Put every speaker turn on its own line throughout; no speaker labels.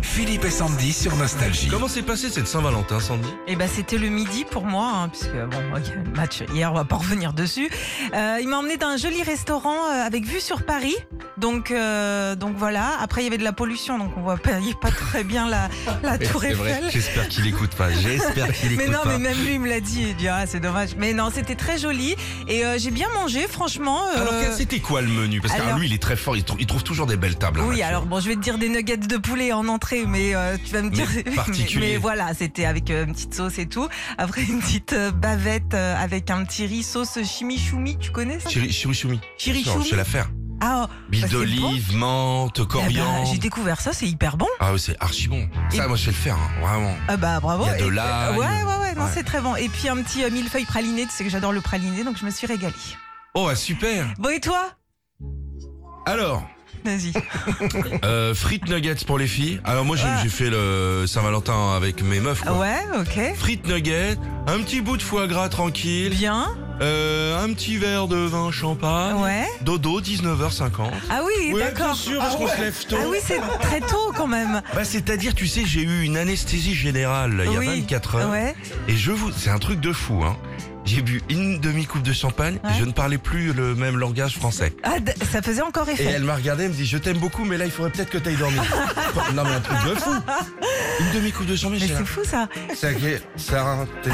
Philippe et Sandy sur Nostalgie.
Comment s'est passée cette Saint-Valentin, Sandy
Eh ben, c'était le midi pour moi, hein, puisque bon, ok, le match hier, on va pas revenir dessus. Euh, il m'a emmené dans un joli restaurant euh, avec vue sur Paris. Donc, euh, donc voilà. Après, il y avait de la pollution, donc on voit pas, il y a pas très bien la, la
Eh,
tour
c'est vrai.
Eiffel.
J'espère qu'il écoute pas. J'espère qu'il écoute
Mais non,
pas.
mais même lui, il me l'a dit. Il dit, ah, c'est dommage. Mais non, c'était très joli. Et euh, j'ai bien mangé, franchement.
Alors,
euh,
quel- c'était quoi le menu Parce que
alors-
alors, lui, il est très fort. Il, trou- il trouve toujours des belles tables. hein,
Oui,
là-dessus.
alors bon, je vais te dire des nuggets de poulet en entrée, mais euh, tu vas me
Mais
dire.
particulier.
mais voilà, c'était avec euh, une petite sauce et tout. Après, une petite euh, bavette euh, avec un petit riz sauce chimichumi, tu connais ça
Chiri- chirichumi. Sûr,
Chimichumi
Je sais la faire.
Ah,
Bile
Bah, c'est
d'olive, menthe,
eh ben,
coriandre.
j'ai découvert ça, c'est hyper bon.
ah oui, c'est archi bon. Ça,
Et-
moi, je sais le faire. hein, Vraiment.
Ah bah bravo.
Il y a de
Et-
l'ail.
Ouais, ouais, ouais, non,
Ouais.
c'est très bon. Et puis un petit euh, millefeuille praliné, tu sais que j'adore le praliné, donc je me suis régalée.
Oh, ah, super.
Bon, et toi
Alors,
Vas-y.
euh, frites nuggets pour les filles. Alors, moi, j'ai
Ouais.
j'ai fait le Saint-Valentin avec mes meufs.
Ah
Quoi.
Ouais, ok.
Frites nuggets, un petit bout de foie gras tranquille,
Bien,
euh, un petit verre de vin champagne.
ouais.
Dodo, 19h50.
Ah oui,
Ouais,
d'accord.
bien sûr, parce
ah,
qu'on
ouais.
se lève tôt.
Ah oui, c'est très tôt quand même.
Bah, c'est-à-dire, tu sais, j'ai eu une anesthésie générale il y a
Oui.
24 heures.
Ouais.
Et je vous. C'est un truc de fou, hein. J'ai bu une demi-coupe de champagne
Ouais.
et je ne parlais plus le même langage français.
Ah, d- ça faisait encore
Et
effet.
elle m'a regardé, elle me dit Je t'aime beaucoup, mais là, il faudrait peut-être que t'ailles dormir. non, mais un truc de fou. Une demi-coupe de champagne,
Mais
j'ai
c'est
là.
fou ça.
C'est ok, Sarah, t'es-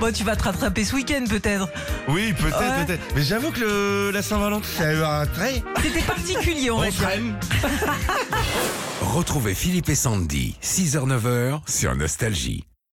Bon, tu vas te rattraper ce week-end peut-être.
Oui, peut-être,
Ouais.
peut-être. Mais j'avoue que le, la Saint-Valentin, ça a eu un trait.
C'était particulier, on va
On se
dire.
aime.
Retrouvez Philippe et Sandy, 6h-9h sur Nostalgie.